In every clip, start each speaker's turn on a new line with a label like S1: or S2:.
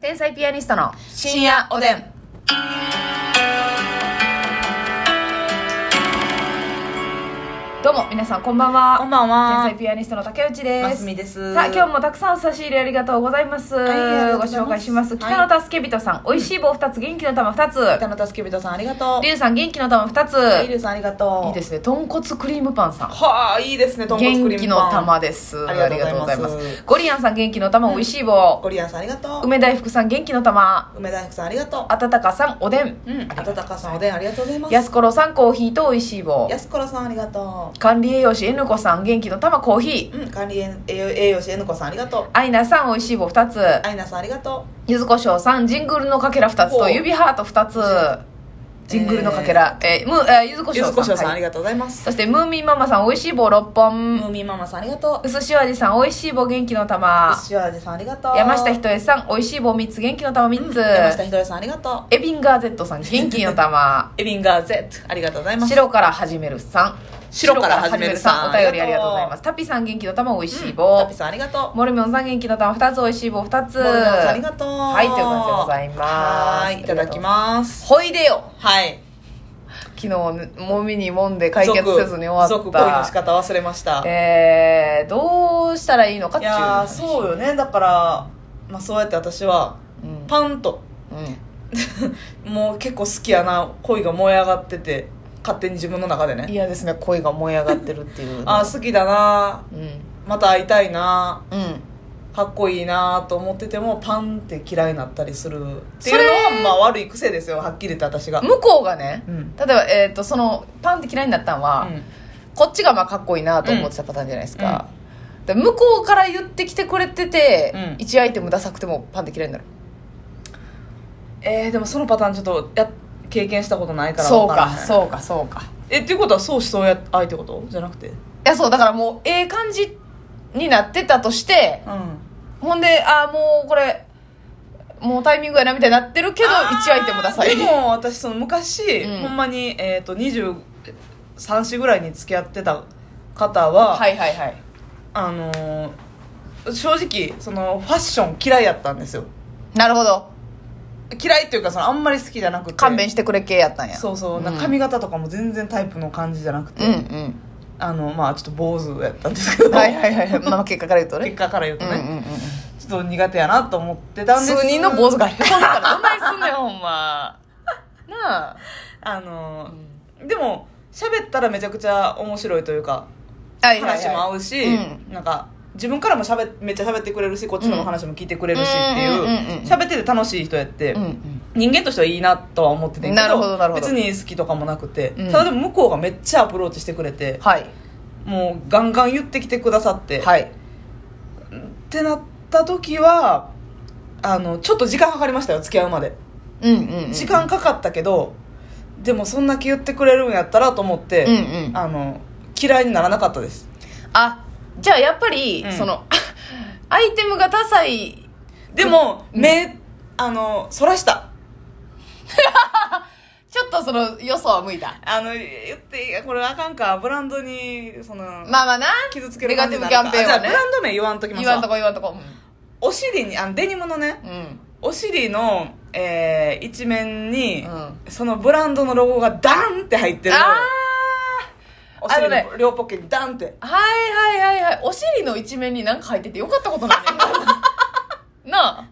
S1: 天才ピアニストの
S2: 深夜おでん。
S1: どうも皆さんこんばんは
S2: こんばん
S1: 天
S2: は
S1: 才。ピアニストの竹内で
S2: ますすみです。
S1: さあ今日もたくさんお差し入れありがとうございます、
S2: いありがとう
S1: ご
S2: ございま
S1: 紹
S2: す
S1: 介します
S2: はい
S1: 北の助け人さん、美味しい棒2つ元気の玉2つ
S2: 北野助人さんありがとう。
S1: リュウさん元気の玉2つ
S2: イルさんありがとう。
S1: いいですね豚骨クリームパンさん
S2: はあいいですね。豚骨クリ
S1: 元
S2: ー
S1: 気
S2: ムパ
S1: の
S2: ン。
S1: 玉です
S2: ありがとうござ
S1: あ
S2: います
S1: りがとうございまゴリアンさん元気の玉美味しい棒
S2: ゴリアンさんありがとう。梅
S1: 梅大福さん元気の玉
S2: 大福さんありがと
S1: あたたかさんおでん
S2: う。うん。あたたかさんおでんありがとうございます。
S1: やすころさんコーヒーと美味しい棒
S2: やすころさんありがと
S1: 管理栄養士 N 子さん元気の玉コーヒー
S2: う。うん。管理栄養栄養士えぬこさんありがとう。
S1: アイナさん美味しい棒2つ
S2: アイナさんありがと
S1: ゆずこしょうさんジングルのかけら2つ
S2: ほ
S1: と
S2: う
S1: 指ハート2つジングルのかけら、えーむえーゆずこ
S2: う。
S1: し
S2: ゆ
S1: ょ
S2: ずこ
S1: う
S2: し
S1: さん
S2: ょうさん
S1: はい
S2: ありがとうございます。
S1: そしてムーミンママさん美味しい棒6
S2: ム
S1: 本
S2: ーミンママさんありがとう。
S1: うすしお味さん美味しい棒元気の玉
S2: しわじさんありがとう。
S1: 山下ひとえさん美味しい棒3つ元気の玉3つ、
S2: 山下ひとりさんありがとう。
S1: エビンガー Z さん元気の 玉
S2: エビンガー Z ありがとうございます。
S1: 白から始めるさん
S2: 白から始めるさ
S1: 白
S2: ん
S1: から始めるお便りありがとうござい
S2: ありが
S1: ま
S2: と
S1: すタピさん元気の玉美味しい
S2: タ
S1: 棒
S2: ピさんありがとう。
S1: モルミョンさん元気の玉2つ美味しい棒2つ
S2: モルモンさんありがとう。
S1: はいという感じでございます
S2: はい、いただきます。
S1: ほいでよ
S2: はい。
S1: 昨日もみにもんで解決せずに終わ
S2: 即即恋の
S1: っ
S2: 仕方忘れまし
S1: た
S2: た。
S1: えー、どうしたらいいのかっ
S2: い
S1: ていう
S2: やー、そうよね。だから、まあそうやって私は、
S1: うん
S2: パンと、
S1: うん
S2: もう結構好きやな、恋が燃え上がってて、勝手に自分の中でね。
S1: 嫌、ですね恋が燃え上がってるっていう
S2: あー、好きだな、
S1: うん
S2: また会いたいな、
S1: うん
S2: かっこいいなと思ってても、パンって嫌いになったりする。ってい
S1: そうれ
S2: のは、まあ悪い癖ですよ、はっきり言って私が。
S1: 向こうがね、
S2: うん
S1: 例えば、えー、とそのパンって嫌いになったんは、
S2: うん
S1: こっちがまあかっこいいなと思ってたパターンじゃないですか、で向こうから言ってきてくれてて、
S2: うん
S1: 一1アイテムダサくてもパンって嫌いになる
S2: えー、でもそのパターンちょっとや経験したことないから
S1: そう
S2: わら
S1: か
S2: ない
S1: そうかそうか
S2: えっていうことはそうしそうやあいってことじゃなくてうん
S1: いやそうだからもうええ感じになってたとしてほんでああもうこれもうタイミングやなみたいになってるけど一アイテムダサい
S2: でも私その昔、
S1: うん
S2: ほんまに、えー、と23歳ぐらいに付き合ってた方は、
S1: はいはいはい
S2: あのー正直そのファッション嫌いやったんですよ
S1: なるほど
S2: 嫌いっていうかそのあんまり好きじゃなくて
S1: 勘弁してくれ系やったんや
S2: そうそう、
S1: ん
S2: な髪型とかも全然タイプの感じじゃなくて、
S1: うんう
S2: あのまあちょっと坊主やったんですけど、
S1: んはいはい はいまあまあ結果から言うと
S2: 結
S1: ね
S2: 果から言う
S1: う
S2: と
S1: ん
S2: ね、
S1: うんうん
S2: ちょっと苦手やなと思ってたんです
S1: 数人の坊主がへこんだからどないすんねんほん まなあ
S2: あのーでも喋ったらめちゃくちゃ面白いというか
S1: はいはいはい
S2: 話も合うし、
S1: う
S2: なんか自分からも喋めっちゃ喋ってくれるしこっちのも話も聞いてくれるしってい
S1: うんうんうんうんうん
S2: う喋ってて楽しい人やって、
S1: うんうん
S2: 人間としてはいいなとは思っててんけ
S1: なるほどなるほど
S2: 別に好きとかもなくて、
S1: うん
S2: ただでも向こうがめっちゃアプローチしてくれて
S1: はい
S2: もうガンガン言ってきてくださって、
S1: はい
S2: ってなった時はあのちょっと時間かかりましたよ付き合うまで。
S1: うんうんうん
S2: 時間かかったけど、でもそんだけ言ってくれるんやったらと思って、
S1: うんうん
S2: あの嫌いにならなかったです
S1: あじゃあやっぱり、
S2: うん
S1: その アイテムがダサい
S2: でも、目あのそらした
S1: ちょっとその予想は向いた
S2: あの言っていやこれあかんかブランドにその、
S1: まあまあな
S2: 傷つけ
S1: ネ
S2: る
S1: ガ
S2: 感
S1: ティ
S2: じに
S1: ブ
S2: な
S1: キ
S2: る
S1: ャン
S2: か
S1: ペーン
S2: あ
S1: はね
S2: じゃあブランド名言わんときます
S1: 言わんと
S2: わ
S1: こ言わんとこ
S2: お尻にあのデニムのね
S1: うんうん
S2: お尻の、えー一面に、
S1: うん
S2: そのブランドのロゴがダンって入ってる
S1: あ
S2: お尻
S1: あのね
S2: の両ポケにダンって
S1: あはいはいはいはいお尻の一面に何か入っててよかったことない ねなあ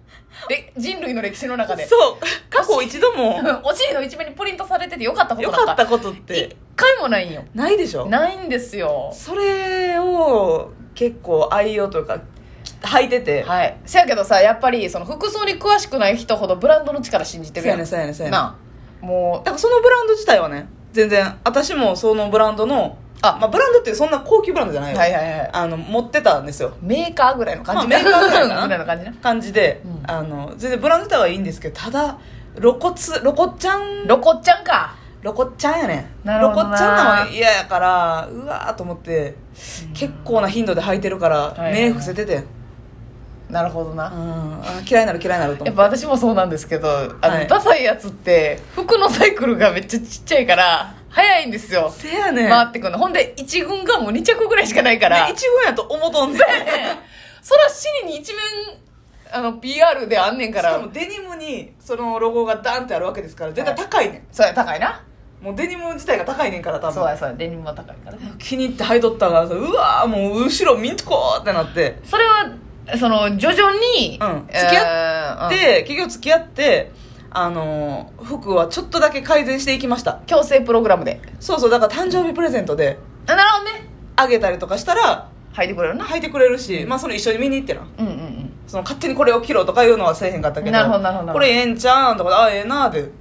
S1: で人類の歴史の中で
S2: そう過去一度 も
S1: うんお尻の一面にプリントされててよかったこと
S2: よ
S1: なん
S2: かったことって
S1: 一回もないんよ
S2: ないでしょ
S1: ないんですよ
S2: それを結構愛用というか履いてて、
S1: はいせやけどさやっぱりその服装に詳しくない人ほどブランドの力信じて
S2: そう
S1: るや
S2: や
S1: ん
S2: ねんそうやねんそうやねん
S1: なあも
S2: だからそのブランド自体はね全然私もそのブランドの
S1: あ
S2: あ、まあ、ブランドってそんな高級ブランドじゃな
S1: う
S2: いよ、
S1: はいはいはい
S2: あの持ってたんですよ
S1: メーカーぐらいの感じ
S2: まあメーカーぐら いかな
S1: ぐらいの感じな
S2: 感じで、
S1: うん
S2: あの全然ブランド自体はいいんですけどただ露骨露骨ちゃん
S1: ロコちゃんか
S2: 露骨ちゃんやねん
S1: なるほどな
S2: 露骨ちゃんなのは嫌やからうわーと思って結構な頻度で履いてるから
S1: はいはいはい
S2: 目伏せてて、
S1: なるほどな
S2: うんあ嫌いになる嫌いになると思
S1: やっ
S2: っ
S1: ぱ
S2: て
S1: 私もそうなんですけどあの、
S2: はい
S1: ダサいやつって服のサイクルがめっちゃちっちゃいから早いんですよ
S2: せやねん
S1: 回ってくるのほんで1軍がもう2着ぐらいしかないから、
S2: ね一軍やと思うとんねん
S1: そら尻に一面あの PR であんねんか
S2: し
S1: ら
S2: かもデニムにそのロゴがダンってあるわけですから絶対高いねん、
S1: そうや高いな
S2: もうデニム自体が高いねんから多
S1: そう
S2: 分
S1: やそうやデニムは高いからね
S2: 気に入って履いとったからさうわーもう後ろ見んとこーってなって
S1: それはその徐々に、
S2: うん付き
S1: 合
S2: で企業付き合ってあのー服はちょっとだけ改善していきました
S1: 強制プログラムで
S2: そうそうだから誕生日プレゼントで
S1: あなるほどね
S2: あげたりとかしたら
S1: 履いてくれるな
S2: 履いてくれるし、まあそれ一緒に見に行ってな
S1: うんうんうん
S2: その勝手にこれを着ろとかいうのはせえへんかったけど
S1: なるほどなるほど
S2: これええんちゃうんとかあええなで履か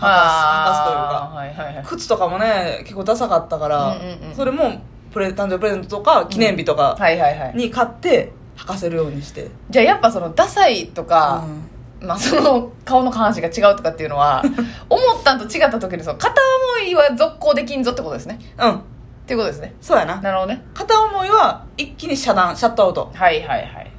S1: あーはいはいはい
S2: す履かすというか靴とかもね結構ダサかったから、
S1: うんうんうん
S2: それもプレ誕生日プレゼントとか記念日とか
S1: はいはいはい
S2: に買って履かせるようにして、
S1: じゃあやっぱそのダサいとか、
S2: うん
S1: まあ、その顔の下半身が違うとかっていうの は思ったんと違った時にその片思いは続行できんぞってことですね
S2: うん
S1: っていうことですね
S2: そうやな
S1: なるほどね
S2: 片思いは一気に遮断シャットアウト
S1: はいはいはい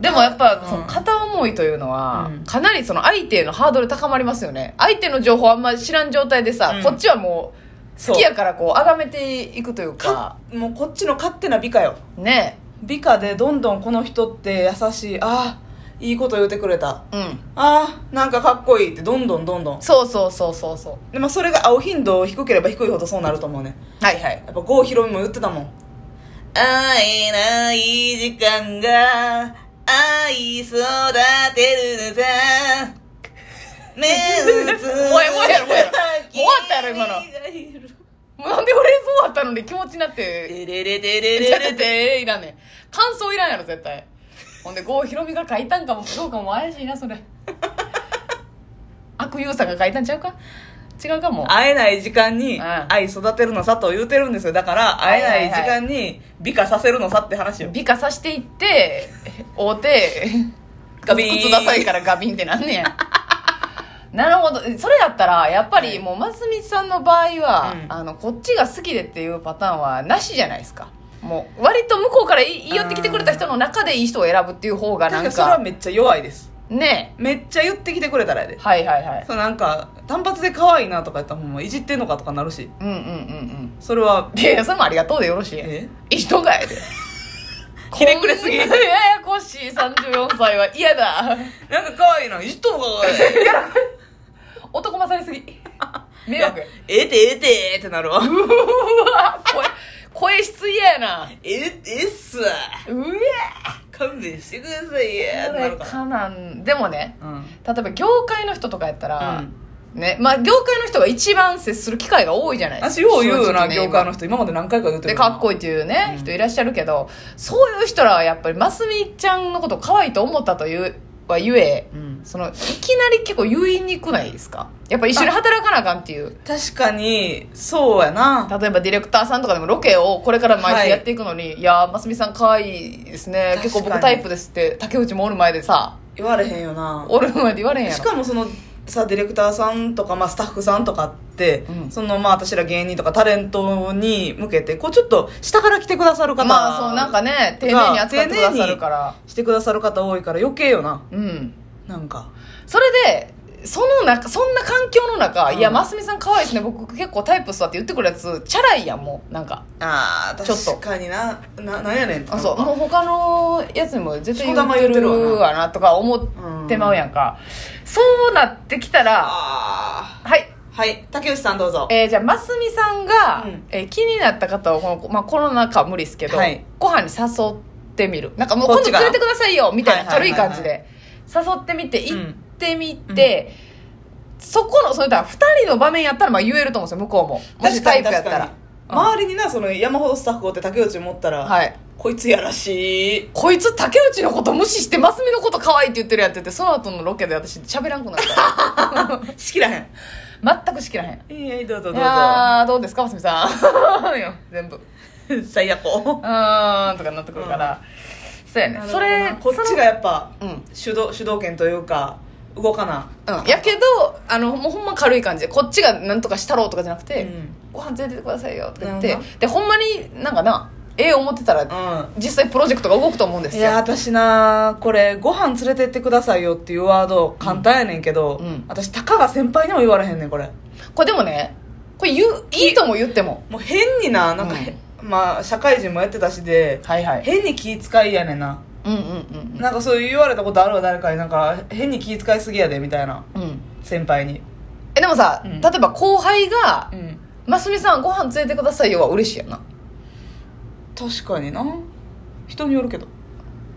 S1: でもやっぱ
S2: うん
S1: その片思いというのは
S2: うん
S1: かなりその相手へのハードル高まりますよね相手の情報あんまり知らん状態でさ、
S2: うん
S1: こっちはもう好きやからこう崇めていくという
S2: か
S1: か
S2: もうこっちの勝手な美化よ
S1: ね
S2: 美化でどんどんこの人って優しいああいいこと言うてくれた
S1: えうん
S2: ああなんかかっこいいってどんどんどんどん
S1: そうそうそうそうそ
S2: で、まあ、それが青頻度低ければ低いほどそうなると思うね
S1: うはいはい
S2: やっぱ郷ひろみも言ってたもん会えない時間が愛育てるのさ
S1: もうええもうええやろもうえ
S2: 目打 つ
S1: えやろ終わったやろ今の
S2: の
S1: もうなんでフレーズ終わったので気持ちになって
S2: てれれてれ
S1: えち
S2: れ
S1: ゃ
S2: れ
S1: って
S2: て
S1: ていらんねん感想いらんやろ絶対ほんで郷ひろみが書いたんかもどうかも怪しいなそれ悪友さんが書いたんちゃうか違うかも
S2: 会えない時間に
S1: うん
S2: 愛育てるのさと言うてるんですよだから
S1: はい
S2: 会
S1: はいは
S2: え
S1: い
S2: ない時間に美化させるのさって話よ
S1: 美化させていって会うて
S2: ガビーン
S1: 靴ダサいからガビンってなんねやなるほどそれやったらやっぱりもうますみさんの場合は、
S2: うん
S1: あのこっちが好きでっていうパターンはなしじゃないですかもう割と向こうから言い寄ってきてくれた人の中でいい人を選ぶっていう方が
S2: 確
S1: な
S2: か
S1: んか
S2: にそれはめっちゃ弱いです
S1: ね
S2: めっちゃ言ってきてくれたらやで
S1: えはいはいはい
S2: そうなんか単発で可愛いなとか言ったらほんまいじってんのかとかなるし
S1: うんうんうん
S2: それは
S1: うんいやいやそれもありがとうでよろしいやん
S2: え
S1: いい人がやで
S2: ひねくれすぎ
S1: こんなややこしい34歳は嫌だ
S2: なんか可愛いないじっとんのかおい
S1: 男勝りす ぎ迷惑
S2: いやええてええてええってなるわ
S1: うわ声声質嫌やな
S2: ええええっすわ
S1: う
S2: 勘弁してください
S1: え
S2: やってなる
S1: これ
S2: か
S1: かなんでもね
S2: らうん
S1: 例えば業界の人とかやったら、ねまあ業界の人が一番接する機会が多いじゃないです
S2: 私よう言うよな
S1: 正直ね
S2: 業界の人今まで何回か言うて
S1: で
S2: る
S1: かっ
S2: いい
S1: こいいっていうね、
S2: うん
S1: 人いらっしゃるけどそういう人らはやっぱりますみちゃんのこと可愛いと思ったというはゆえそのいきなり結構言いにくないですかやっぱ一緒に働かなあかんっていう
S2: 確かにそうやな
S1: 例えばディレクターさんとかでもロケをこれから毎週やっていくのに「い、やーますみさん可愛いですね
S2: 確か
S1: 結
S2: に
S1: 構僕タイプです」って竹内もおる前でさ
S2: 言われへんよな
S1: おる前で言われへんやろ
S2: しかもそのさディレクターさんとか、まあ、スタッフさんとかって、
S1: うん
S2: そのまあ私ら芸人とかタレントに向けてこうちょっと下から来てくださる方
S1: まあそうなんかね丁寧に扱ってくださるから
S2: してくださる方多いから余計よな
S1: うん
S2: なんか
S1: それでその中そんな環境の中「
S2: うん
S1: いやますみさん可愛いですね僕結構タイプっすわ」って言ってくるやつチャラいやんもうなんか
S2: ああ
S1: ちょっと
S2: 確かになななんやねん
S1: あそうもう他のやつにも絶対
S2: しこたま
S1: 言って
S2: 言って
S1: る
S2: る
S1: わ
S2: わ
S1: なとか思ってまうやんか、そうなってきたら
S2: あ
S1: はい
S2: あはい竹内さんどうぞ
S1: えーじゃあますみさんが、
S2: うん
S1: えー気になった方をこの、まあ、コロナ禍は無理ですけど、
S2: はい
S1: ご飯に誘ってみるなんかもう
S2: こ
S1: 今
S2: っ
S1: 度
S2: ちが
S1: 連れてくださいよみたいな
S2: はい
S1: 軽
S2: はい
S1: い
S2: はいはい
S1: 感じで誘ってみて
S2: う
S1: 行
S2: ん
S1: ってみて、そこのそれだ2人の場面やったらまあ言えると思うんですよ向こうももしタイプやったら
S2: 確かに周りになその山ほどスタッフおって竹内持ったら、
S1: はい
S2: こいつやらしい
S1: こいつ竹内のこと無視してますみのこと可愛いって言ってるやつっててその後のロケで私喋らんくなっ
S2: しきらへん
S1: た全くしきらへん
S2: いやどうぞ
S1: い
S2: どうぞ
S1: やーどうですかますみさん いや全部
S2: 最悪
S1: うーんとかなってくるから、そうやねそれ
S2: こっちがやっぱ
S1: そのうん
S2: 主導主導権というか動かな
S1: うん、やけどあのもうほんま軽い感じでこっちがなんとかしたろうとかじゃなくて、
S2: うん
S1: ご飯連れてってくださいよとか言って
S2: なるほ
S1: でほんまになんかなええ思ってたら、
S2: う
S1: 実際プロジェクトが動くと思うんです
S2: い
S1: よ
S2: や私なこれご飯連れてってくださいよっていうワード簡単やねんけど、
S1: うん
S2: 私たかが先輩にも言われへんねんこれ
S1: これでもねこれ言ういいとも言っても
S2: もう変にななんかへ、まあ社会人もやってたしで
S1: はいはい
S2: 変に気遣いやねんな
S1: うんうん
S2: なんかそう言われたことあるわ誰かになんか変に気遣いすぎやでみたいな
S1: うんうん
S2: 先輩に
S1: えでもさ、
S2: うん
S1: 例えば後輩が
S2: うん
S1: 「ますみさんご飯連れてくださいよ」は嬉しいやんな
S2: 確かにな人によるけど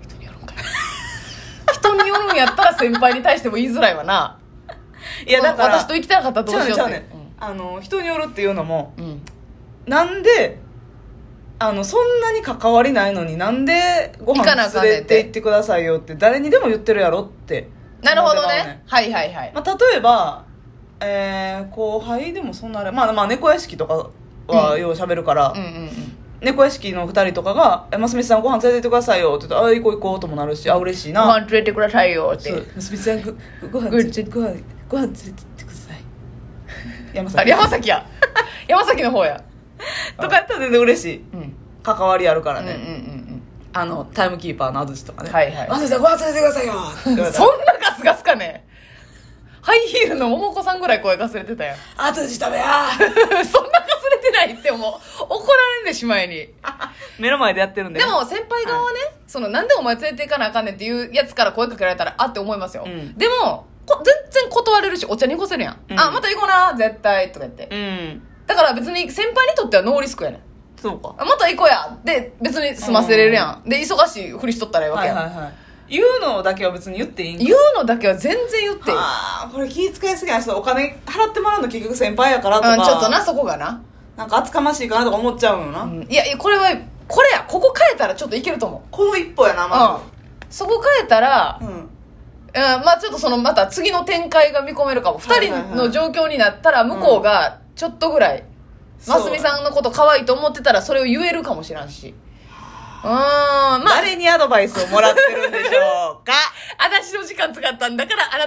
S1: 人によるんかい人によるんやったら先輩に対しても言いづらいわない
S2: やだから
S1: 私と行きたかったらどう
S2: 違う
S1: し
S2: ね
S1: よう
S2: んちゃ
S1: っ
S2: う
S1: て
S2: ねんあの人によるっていうのも
S1: うんうん
S2: なんであのそんなに関わりないのになんでご
S1: 行
S2: 飯
S1: かなあかん
S2: 連
S1: ねん
S2: れ
S1: って
S2: て行ってくださいよって誰にでも言ってるやろって
S1: なるほど
S2: 思ってまう
S1: ねはいはいはい
S2: まあ、例えば、えー後輩でもそんなあれ、まあ、まあ猫屋敷とかは
S1: うん
S2: よう喋るから、
S1: うんうんうん
S2: 猫屋敷の2人とかが「えますみさんご飯連れてってくださいよ」って言って「あ行こう行こう」ともなるし「あ嬉しい
S1: ご
S2: な
S1: 飯」連れてくださいよっ
S2: そ
S1: て
S2: うますみさんごご飯
S1: ご
S2: 連れてご飯ご飯連れてってください」山
S1: あ
S2: 崎
S1: 山崎や山崎の方や
S2: とかやったら全然嬉しい
S1: うん
S2: 関わりあるから
S1: うんうん
S2: ね、
S1: うん
S2: あのタイムキーパーの安土とかね
S1: はいはい
S2: 安土さんご飯連れてってくださいよ」って
S1: う
S2: 言わ
S1: ん
S2: れた
S1: そ
S2: ら
S1: んなガスガスかねハイヒールの桃子さんぐらい声かすれてたやん
S2: 「安土食べや!
S1: そんなかすれてないってもう怒られるしまいに」
S2: 目の前でやってるんで
S1: でも先輩側はね、そのなんでお前連れて行かなあかんねんっていうやつから声かけられたらあって思いますよ、
S2: うん
S1: でもこ全然断れるしお茶濁せるやん、
S2: うん
S1: あまた行こうな絶対とか言って、
S2: うん
S1: だから別に先輩にとってはノーリスクやねん
S2: そうか
S1: あまた行こうやで別に済ませれるやん、で忙しいふりしとったらええわ
S2: は
S1: け
S2: い
S1: やん、
S2: はいはい言うのだけは別に言っていいん
S1: 言うのだけは全然言っていい
S2: ああこれ気遣いすぎない人お金払ってもらうの結局先輩やからとか、
S1: うん、ちょっとなそこがな、
S2: なんか厚かましいかなとか思っちゃうのよな、
S1: うんいやいやこれはこれやここ変えたらちょっといけると思う、
S2: この一歩やなま
S1: うんそこ変えたら、
S2: ず、うん
S1: うん、まあちょっとそのまた次の展開が見込めるかも、
S2: はいはいはい
S1: 2人の状況になったら向こうがちょっとぐらい、
S2: そう
S1: ますみさんのこと可愛いと思ってたらそれを言えるかもしらんしうーんまあ
S2: 誰にアドバイスをもらってるんでしょうか
S1: 私の時間使ったんだからあなた